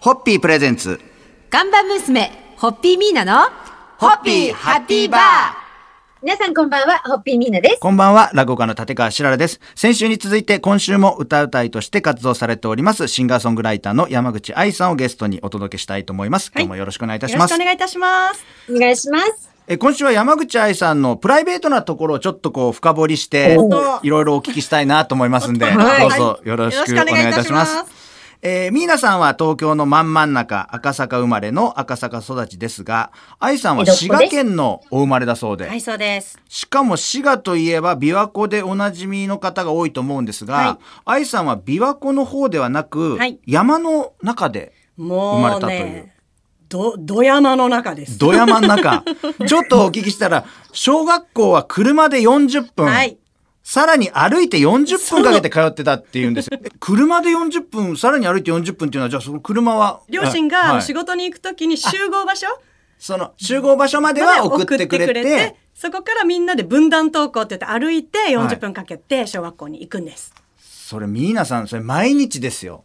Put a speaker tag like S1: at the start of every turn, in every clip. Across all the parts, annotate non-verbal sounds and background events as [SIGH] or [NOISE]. S1: ホッピープレゼンツ。
S2: ガンバ娘、ホッピーミーナの、
S1: ホッピーハッピーバー
S2: 皆さんこんばんは、ホッピーミーナです。
S1: こんばんは、落語家の立川しららです。先週に続いて今週も歌うたいとして活動されております、シンガーソングライターの山口愛さんをゲストにお届けしたいと思います。今日もよろしくお願いいたし
S3: よろ
S1: ま
S3: し
S1: す
S3: くお。願いいたします。
S2: お願いします。
S1: え今週は山口愛さんのプライベートなところをちょっとこう深掘りして
S3: おー、
S1: いろいろお聞きしたいなと思いますん [LAUGHS] で、
S2: はい
S1: どうぞよろしくお願いいたしま
S3: よろしくお願いいたします
S1: す。えー、ミーナさんは東京の真ん真ん中、赤坂生まれの赤坂育ちですが、愛さんは滋賀県のお生まれだそうで
S3: は、い、そうです。
S1: しかも滋賀といえば琵琶湖でおなじみの方が多いと思うんですが、愛さんは琵琶湖の方ではなく、
S3: はい
S1: 山の中で生ま
S3: も
S1: れ
S3: う
S1: たという
S3: ね、ど、ど山の中です。
S1: 土山の中ちょっとお聞きしたら小学校は車で40分、
S3: はい。
S1: さらに歩いて40分かけて通ってたっていうんですよえ車で40分さらに歩いて40分っていうのはじゃあその車は
S3: 両親があ
S1: は
S3: の
S1: い
S3: 仕事に行くときに集合場所
S1: その集合場所まで
S3: まで
S1: は送ってくれて
S3: そこからみんなで分断登校って言って歩いて
S1: はい
S3: 40分かけて小学校に行くんです。
S1: それミーナさんそれ毎日ですよ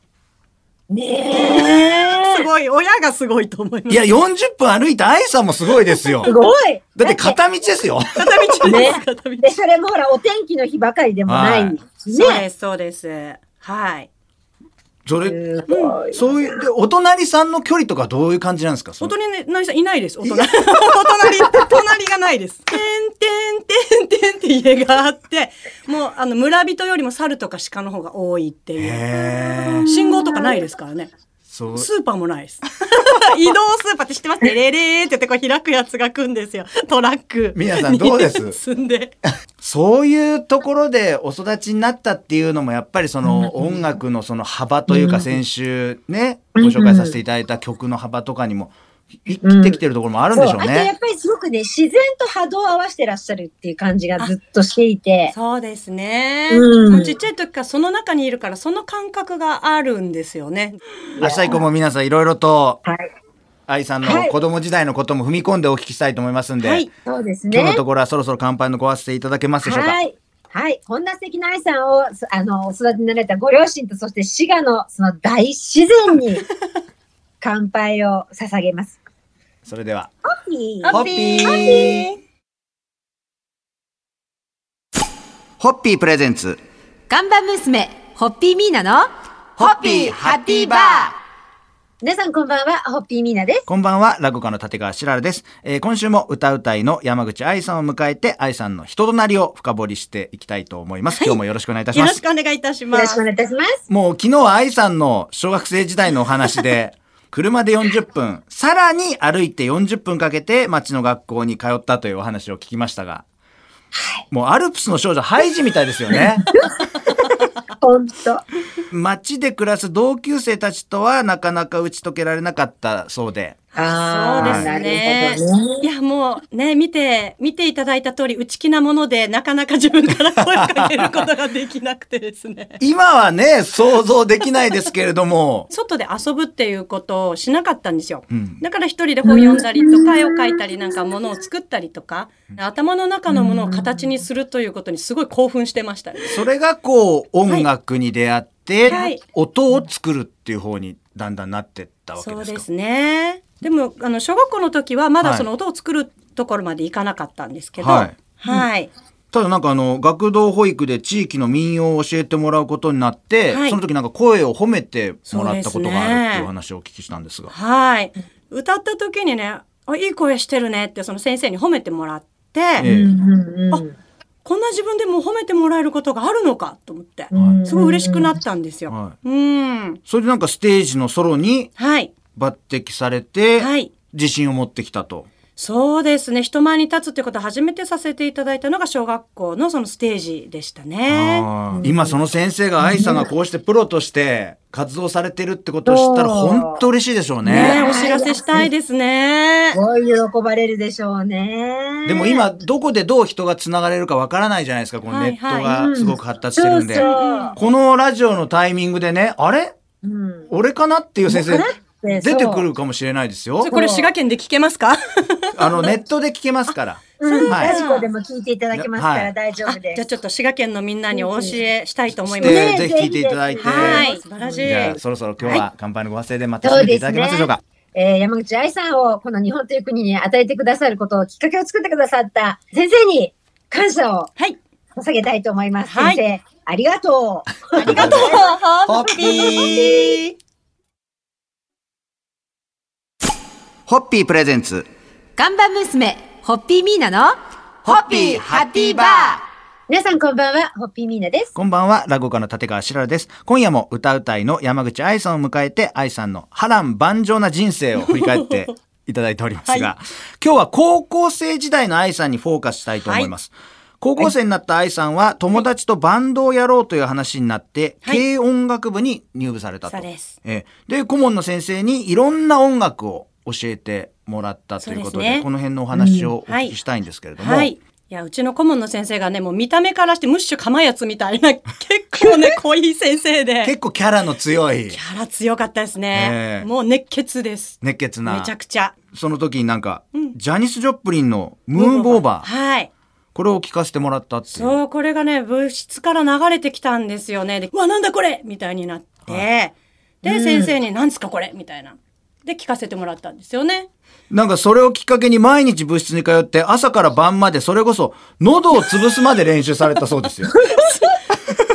S3: すごい、親がすごいと思いま
S1: い
S3: す。
S1: や40分歩いた愛さんもすごいです
S4: [LAUGHS]
S1: よ
S4: すごい
S1: だって片道ですよ。
S3: 片道です、片道。
S4: で、それもほら、お天気の日ばかりでもないんですね。
S3: そうです、そうです。はい。
S1: [LAUGHS] それ、
S4: すごい。
S1: そういう、で、お隣さんの距離とかどういう感じなんですかそ
S3: お
S1: の
S3: 隣の人いないです。
S1: [LAUGHS]
S3: お隣、お隣、隣がないです。てんてんてんてんって家があって、もうあの村人よりも猿とか鹿の方が多いっていう。
S1: へえ。
S3: 信号とかないですからね。
S1: そう。
S3: スーパーもないです。
S1: [LAUGHS]
S3: 移動スーパーって知ってますね。レレーって言ってこう開くやつが来んですよ。トラック。
S1: 皆さんどうです
S3: に住んで。
S1: そういうところでお育ちになったっていうのも、やっぱりその音楽のその幅というか、先週ね、ご紹介させていただいた曲の幅とかにも、生きてきてるところもあるんでしょう
S4: あとや
S1: ね
S4: っ。ぱりすごくね、自然と波動を合わせてらっしゃるっていう感じがずっとしていて。
S3: そうですね。
S4: うん
S3: もうちっちゃい時からその中にいるから、その感覚があるんですよね。
S1: 明日以降も皆さんいろいろと、
S4: はい。
S1: 愛さんの子供時代のことも踏み込んでお聞きしたいと思いますんで、
S3: はい。
S4: そうです
S1: 今日の
S4: ね。
S1: ところはそろそろ乾杯のごわせていただけますでしょうか。
S4: はい。はい。こんな素敵な愛さんを、そあの、お育てになられたご両親と、そして滋賀のその大自然に乾杯を捧
S1: [LAUGHS]
S4: げます。
S1: それでは、
S4: いい
S1: ホッピーホッピープレゼンツ。
S2: ガンバ娘、ホッピーミーナの、
S1: ホッピーハッピーバー
S4: 皆さんこんばんは、ホッピーミーナです。
S1: こんばんは、落語家の立川しららです。えー今週も歌うたいの山口愛さんを迎えて、愛さんの人となりを深掘りしていきたいと思います。今日もよろしくお願いいたし
S3: よ
S1: ま
S3: ろし
S1: す。
S3: くお願いいたし
S4: よ
S3: ま
S4: ろし
S3: す
S4: くお。願いいたします。
S1: もう昨日は愛さんの小学生時代のお話 [LAUGHS] で、車で40分、さらに歩いて40分かけて町の学校に通ったというお話を聞きましたが、もうアルプスの少女ハイジみたいですよ [LAUGHS] ね。
S4: ほんと。
S1: 町で暮らす同級生たちとはなかなか打ち解けられなかったそうで、
S3: そう
S1: ー。
S3: ですね。いや、もうね、見て、見ていただいた通り、内気なもので、なかなか自分から声をかけることができなくてですね
S1: 今はね、想像できないですけれど
S3: [LAUGHS]
S1: も、
S3: [LAUGHS] 外で遊ぶっていうことをしなかったんですよ。
S1: うん
S3: だから一人で本読んだりとか、絵を描いたりなんか、ものを作ったりとか、頭の中のものを形にするということにすごい興奮してましたね。
S1: それがこう音楽に出会って、
S3: はい
S1: 音を作るっていう方にだんだんなってったわけ
S3: そう
S1: です
S3: で
S1: か
S3: すね。でも、あの、小学校の時は、ま
S1: は
S3: だ
S1: い
S3: その音を作るところまでいかなかったんですけど、
S1: はい
S3: はい
S1: ただなんかあの学童保育で地域の民謡を教えてもらうことになって、
S3: はい
S1: その時なんか声を褒めてもらったことがあるって
S3: そう
S1: いう
S3: ですね
S1: お話をお聞きしたんですが
S3: はい。歌った時にね、あ、いい声してるねって、その先生に褒めてもらって、
S1: ええ
S4: うんうんうん
S3: こんな自分でも褒めてもらえることがあるのかと思って、
S4: うん
S3: すごい嬉しくなったんですよ。
S1: は
S3: うん。
S1: それでなんかステージのソロに
S3: はい。
S1: 抜擢されて、
S3: はい。
S1: 自信を持ってきたと。
S3: そうですね。人前に立つってことを初めてさせていただいたのが小学校のそのステージでしたね。
S1: あー今その先生が愛さんがこうしてプロとして活動されてるってことを知ったら本当嬉しいでしょう
S3: ねえ
S1: ね。
S3: お知らせしたいですね
S4: す。ごい喜ばれるでしょうね。
S1: でも今どこでどう人がつながれるかわからないじゃないですかこのネット
S3: はい
S4: は
S1: が
S4: い
S1: すごく発達して
S4: そ
S1: る
S4: うん
S1: で、
S4: そう。
S1: このラジオのタイミングでねあれ
S4: うん
S1: 俺かなっていう先生
S4: 僕かって。
S1: 出てく
S4: そう。
S1: るかもしれないですよ
S3: それ。これ滋賀県で聞けます [LAUGHS] か
S1: あの、ネットで聞けますから。
S4: うん、
S1: はい
S4: ラジコでも聞いていただけますか
S1: は
S4: ら
S1: い
S4: 大丈
S3: あ
S4: 夫
S3: じ
S4: で
S3: ゃあ
S4: す。
S3: ちょっと滋賀県のみんなにお教えしたいと思いま
S1: して
S3: す。
S1: ぜ
S4: ね
S1: ひ聞いていただいて。
S3: はい、素晴らし
S1: じゃあ、
S3: い。
S1: そろそろ今日は乾杯のご発声でまた
S4: そう
S1: 締めて
S4: で
S1: い
S4: す
S1: ただ
S4: ね
S1: けますでしょうか。
S4: えー山口愛さんをこの日本という国に与えてくださることをきっかけを作ってくださった先生に感謝を
S3: はい。
S4: 捧げたいと思います。
S3: はい
S4: 先生、ありがとう。
S3: ありがとう。
S1: ホ
S3: ホ
S1: ッ
S3: ッ
S1: ピ
S3: ピー。
S1: ホッピープレゼンツ。
S2: 看板娘、ホッピーミーナの、
S1: ホッピーハッピーバー
S4: 皆さんこんばんは、ホッピーミーナです。
S1: こんばんは、落語家の立川しららです。今夜も歌うたいの山口愛さんを迎えて、愛さんの波乱万丈な人生を振り返っ
S3: [LAUGHS]
S1: ていただいておりますが、今日は高校生時代の愛さんにフォーカスしたいと思います。高校生になった愛さんは、友達とバンドをやろうという話になって、
S3: はい
S1: 軽音楽部に入部されたと。
S3: そうです
S1: ええで、顧問の先生にいろんな音楽を教えてもらったということ
S3: そう
S1: で、
S3: ですね
S1: この辺のお話をお
S3: うんは
S1: 聞
S3: い
S1: きしたいんですけれども、
S3: はい。いや、うちの顧問の先生がね、もう見た目からしてムッシュかまやつみたいな、結 [LAUGHS] 構
S1: [LAUGHS]
S3: ね、濃い先生で
S1: 結。構キャラの強い
S3: キ、ャラ強かったですね
S1: え。え
S3: もう熱血です。
S1: 熱血な。
S3: めちゃくちゃ。
S1: その時になんか、
S3: うん
S1: ジャニス・ジョプリンのムーブオーバー、
S3: はい。
S1: これを聞かせてもらったっていう。
S3: そう、これがね、物質から流れてきたんですよね。で、うわ、なんだこれみたいになって。で、先生に、なんですかこれみたいな。で、聞かせてもらったんですよね。
S1: なんかそれをきっかけに毎日部室に通って朝から晩までそれこそ喉を潰すまで練習されたそうですよ。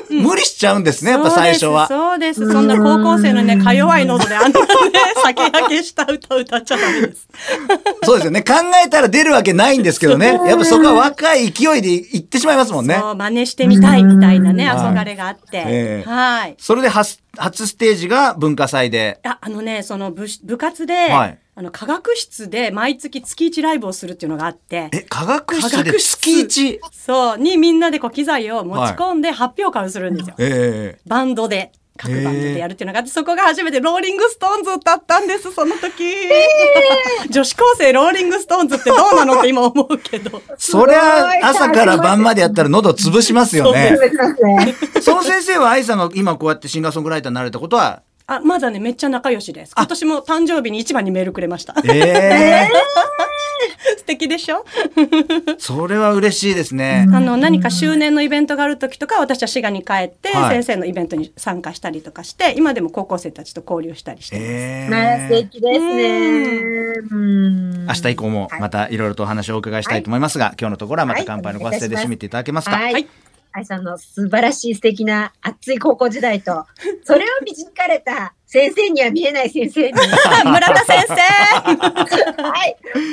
S1: 無理しちゃうんですね、やっぱ最初は。
S3: そうです、そうです。そんな高校生のね、か弱い喉であんなね、酒焼けした歌を歌っちゃダメです。
S1: そうですよね。考えたら出るわけないんですけどね。やっぱそこは若い勢いで行ってしまいますもんね。
S3: そう、真似してみたいみたいなね、
S1: うん
S3: 憧れがあっ
S1: はい
S3: て
S1: え。え
S3: はい。
S1: それで初初ステージが文化祭で。
S3: ああのね、その部部活で、
S1: はい
S3: あの、科学室で毎月月1ライブをするっていうのがあって。
S1: え、科学室で月一
S3: そう、にみんなでこう機材を持ち込んで発表会をするんですよ。
S1: ええ
S3: バンドで。各バンドでやるっていうのがあって、そこが初めてローリングストーンズ歌ったんです、その時。女子高生ローリングストーンズってどうなのって今思うけ
S1: [LAUGHS]
S3: ど。
S1: そりゃ朝から晩までやったら喉潰しますよね。
S4: すいません
S1: その先生は愛さんが今こうやってシンガーソングライターになれたことは、
S3: あ、まだね、めっちゃ仲良しです。今年も誕生日に一番にメールくれました。
S1: ええ
S3: 素敵でしょ
S1: それは嬉しいですね。
S3: あの、何か周年のイベントがある時とか、私は滋賀に帰って、
S1: はい
S3: 先生のイベントに参加したりとかして、今でも高校生たちと交流したりしてます。
S1: え
S4: ね素
S1: え
S4: 敵ですね。うん
S1: 明日以降もまたいろいろとお話をお伺いしたいと思いますが、今日のところはまた乾杯のご発声で締めていただけますか。
S4: はい。
S3: はい
S4: 愛さんの素晴らしい素敵な熱い高校時代と、それを導かれた先生には見えない先生に、は
S3: あ村田先生
S4: い。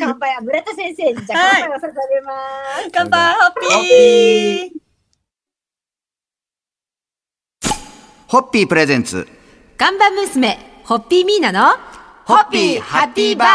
S4: 乾杯は村田先生に、じゃあ乾杯を捧げます。
S3: 乾杯 [LAUGHS] ハッピー
S1: ホッピープレゼンツ。
S2: 看板娘、ホッピーミーナの、
S1: ホッピーハッピーバー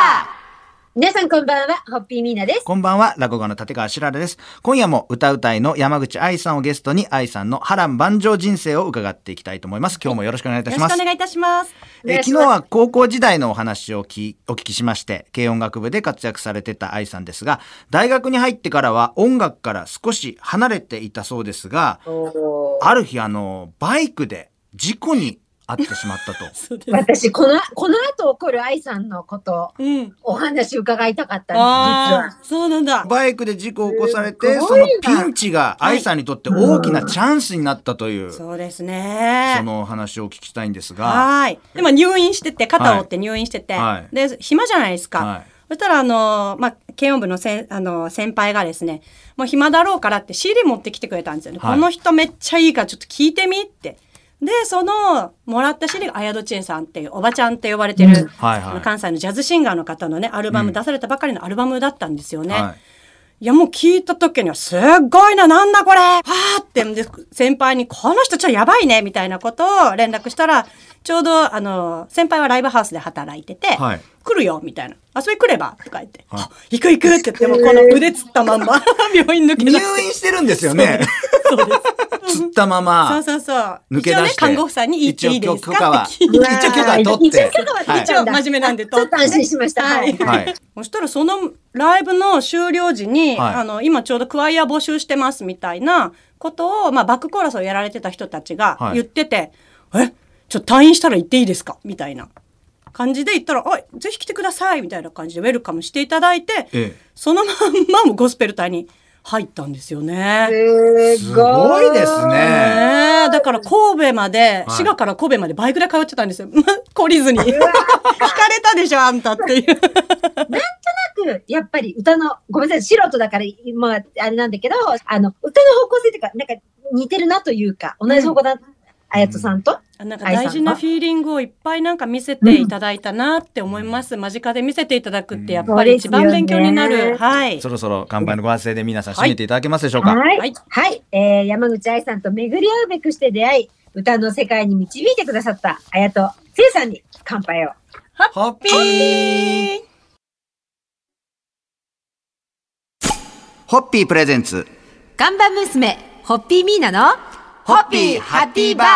S4: 皆さんこんばんは、ホッピーミーナです。
S1: こんばんは、落語家の立川しららです。今夜も歌うたいの山口愛さんをゲストに愛さんの波乱万丈人生を伺っていきたいと思います。今日もよろしくお願いいた
S3: よ
S1: し
S3: ろ
S1: ま
S3: しく
S1: す
S3: お。願いいたします。
S4: お願
S1: え
S4: いし
S1: 昨日
S4: ます
S1: は高校時代のお話をきお聞きしまして軽音楽部で活躍されてた愛さんですが大学に入ってからは音楽から少し離れていたそうですがある日あのバイクで事故に遭ってしまったと
S3: [LAUGHS] そうです。
S4: 私、この、この後起こる愛さんのこと、
S3: うん。
S4: お話伺いたかったんです、
S3: ああ、そうなんだ。
S1: バイクで事故を起こされて
S4: す
S1: そ
S4: ごい
S1: の
S4: な
S1: ピンチが愛さんにとって大きなチャンスになったというそ
S3: そうですね。
S1: のお話をお聞きしたいんですが
S3: はーい。でも入院してて、肩を折って入院してて、
S1: はい
S3: で、暇じゃないですか。
S1: はい
S3: そしたら、あのーまあ、検温部のせんあのー先輩がですね、もう暇だろうからって CD 持ってきてくれたんですよね。
S1: はい
S3: この人めっちゃいいからちょっと聞いてみって。で、その、もらった CD が、あやどちえさんっていう、おばちゃんって呼ばれてる、
S1: はい
S3: あの
S1: は
S3: 関西のジャズシンガーの方のね、アルバム、
S1: うん
S3: 出されたばかりのアルバムだったんですよ
S1: い
S3: ね。
S1: はい
S3: いや、もう聞いた時には、すっごいな、なんだこれわーって、で先輩に、この人ちょっとやばいね、みたいなことを連絡したら、ちょうど、あの、先輩はライブハウスで働いてて、
S1: はい
S3: 来るよ、みたいな。遊び来ればとか言って、
S1: はい
S3: あ行く行くって言って、もうこの腕つったまんま、 [LAUGHS] 病院抜け出
S1: 入
S3: して。
S1: 院してるんですよね [LAUGHS] 釣ったまま
S3: そうそうそう。
S1: 抜け出して
S3: 一応ね、看護婦さんに行っていいです
S1: 一応許可
S3: か
S1: は
S3: って聞いて
S1: うわー一応許可は取って
S4: 一応許可は取っちゃうんだ
S3: はい一応真面目なんで
S4: あちょっと
S3: 取っ
S4: 安
S3: て
S4: 心しました。
S3: はい
S1: はい
S3: そしたらそのライブの終了時に、
S1: はい
S3: あの今ちょうどクワイア募集してますみたいなことを、まあ、バックコーラスをやられてた人たち
S1: は
S3: が
S1: い
S3: 言ってて「えちょっと退院したら行っていいですか?」みたいな感じで行ったら、あ、ぜひ来てくださいみたいな感じでウェルカムしていただいて、
S1: え
S3: そのまんまもうゴスペル隊に入ったんですよね。
S1: え。すごいですね。
S3: ねえだから神戸まで、
S1: はい
S3: 滋賀から神戸までバイクで通ってたんですよ。 [LAUGHS] 懲りずに。引かれたでしょ、あんたっていう。
S4: く、やっぱり歌の、ごめんなさい、素人だから、まあ、あれなんだけど、あの、歌の方向性というか、なんか似てるなというか、同じ方向だ、あやとさんと。
S3: なんか大事なフィーリングをいっぱいなんか見せていただいたなって思います。間近で見せていただくってやっぱり一番勉強にな
S4: そうですよ
S3: る。
S4: ね
S3: はい。
S1: そろそろ乾杯のご発声で皆さん締めていただけますでしょうか。
S4: はい。
S3: は
S4: はいい。えー山口愛さんと巡り合うべくして出会い、歌の世界に導いてくださった、あやとせいさんに乾杯を。
S1: ホッ
S3: ピー
S1: ホッピープレゼンツ。
S2: 看板娘、ホッピーミーナの
S1: ホッピーハッピーバー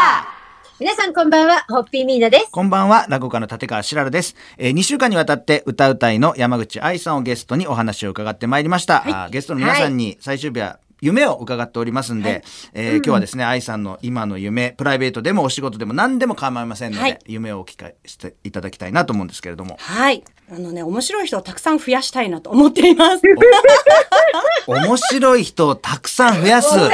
S4: 皆さんこんばんは、ホッピーミーナです。
S1: こんばんは、落語家の立川しらるです。えー、2週間にわたって歌うたいの山口愛さんをゲストにお話を伺ってまいりました。あーゲストの皆さんに最終日は夢を伺っておりますんで、えー今日はですね、愛さんの今の夢、プライベートでもお仕事でも何でも構いませんので、
S3: はい。
S1: 夢をお聞かせていただきたいなと思うんですけれども
S3: はい。あのね、面白い人をたくさん増やしたいなと思って
S4: [LAUGHS]
S3: います。
S1: 面白い人をたくさん増やす。
S4: いや、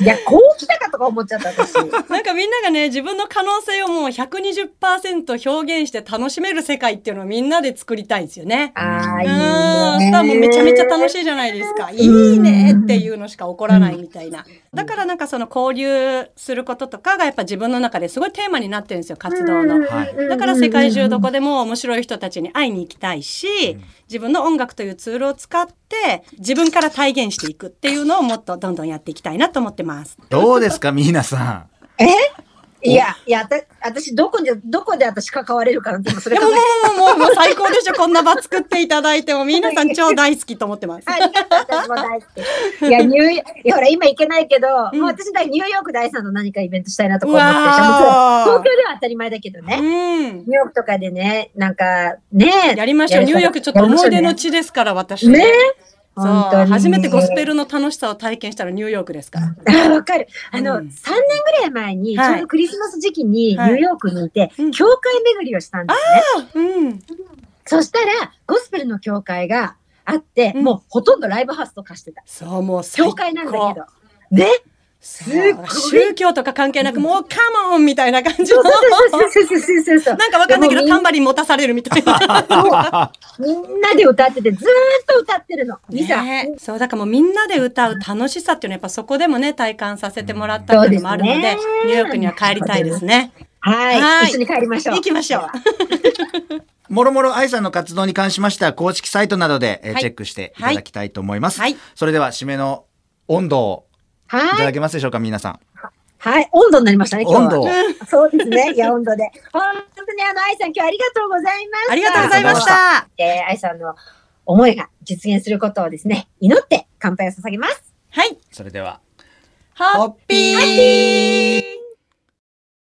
S4: いやこう来たかとか思っちゃった、私。
S3: なんかみんながね、自分の可能性をもう120%表現して楽しめる世界っていうのをみんなで作りたいんですよね。
S4: ああ、いい
S3: あ
S4: ね。
S3: ーもうめちゃめちゃ楽しいじゃないですか。いいねっていうのしか起こらないみたいな。だからなんかその交流することとかがやっぱ自分の中ですごいテーマになってるんですよ、活動の。
S1: はい。
S4: うん
S3: だから世界中どこでも面白い人たちに会いに行きたいし、自分の音楽というツールを使って自分から体現していくっていうのをもっとどんどんやっていきたいなと思ってます。
S1: どうですか、みーなさん。
S4: いや、いや、た私、どこで、どこで私関われるかなって、今それ
S3: で
S4: 考
S3: も
S4: え
S3: もうもうもうもう最高でしょ。こんな場作っていただいても皆さん超大好きと思ってます。
S4: ありがとう、私も大好き。いや、ニューヨーク、いやほら、今行けないけど、
S3: うん
S4: もう私だ、ニューヨーク大さんの何かイベントしたいな [LAUGHS] とか
S3: う
S4: 思ってるし
S3: わー
S4: もう東京では当たり前だけどね。
S3: うん
S4: ニュ。ーヨークとかでね、なんか、ね
S3: [LAUGHS] やりましょう。ニューヨークちょっと思い出の地ですから、私。
S4: ね
S3: そう
S4: 本当に
S3: 初めてゴスペルの楽しさを体験したのニューヨークですから。
S4: あわかる。あの、3
S3: うん
S4: 年ぐらい前に、ち
S3: はい
S4: ょうどクリスマス時期にニュ
S3: はい
S4: ーヨークにいて、
S3: うん
S4: 教会巡りをしたんですね。
S3: うん。
S4: そしたら、ゴスペルの教会があって、
S3: うん
S4: もうほとんどライブハウスとかしてた。
S3: そう、もう最高。
S4: 教会なんだけど。ね
S3: そう
S4: すっごい
S3: 宗教とか関係なく、もうカモンみたいな感じ
S4: そ
S3: の。
S4: うそう
S3: な
S4: そうそうそうそうそう。
S3: んかわかんないけど、
S4: で
S3: タ
S4: も
S3: ンバリン持たされるみた
S4: [LAUGHS]
S3: いな。
S4: みんなで歌ってて、ずーっと歌ってるの。ミサ。
S3: ねえそう、だからもうみんなで歌う楽しさっていうのはやっぱそこでもね、体感させてもらったっていうのもあるので、
S4: そうですね
S3: ニューヨークには帰りたいですね。
S4: はい
S3: はい
S4: 一緒に帰りましょう。
S3: 行きましょう。
S1: もろもろ愛さんの活動に関しましては公式サイトなどで、えー
S3: はい
S1: チェックしていただきたいと思います。
S3: はい
S1: それでは締めの温度をいた
S4: は
S1: だ
S4: い。
S1: けますでしょうか、皆さん。
S4: はい。温度になりましたね、今日は。
S1: 温度を。
S4: そうですね。いや、温度で。本当にあの、愛さん、今日はありがとうございました。
S3: ありがとうございました。
S4: えー、愛さんの思いが実現することをですね、祈って乾杯を捧げます。
S3: はい。
S1: それでは。
S3: ハッピー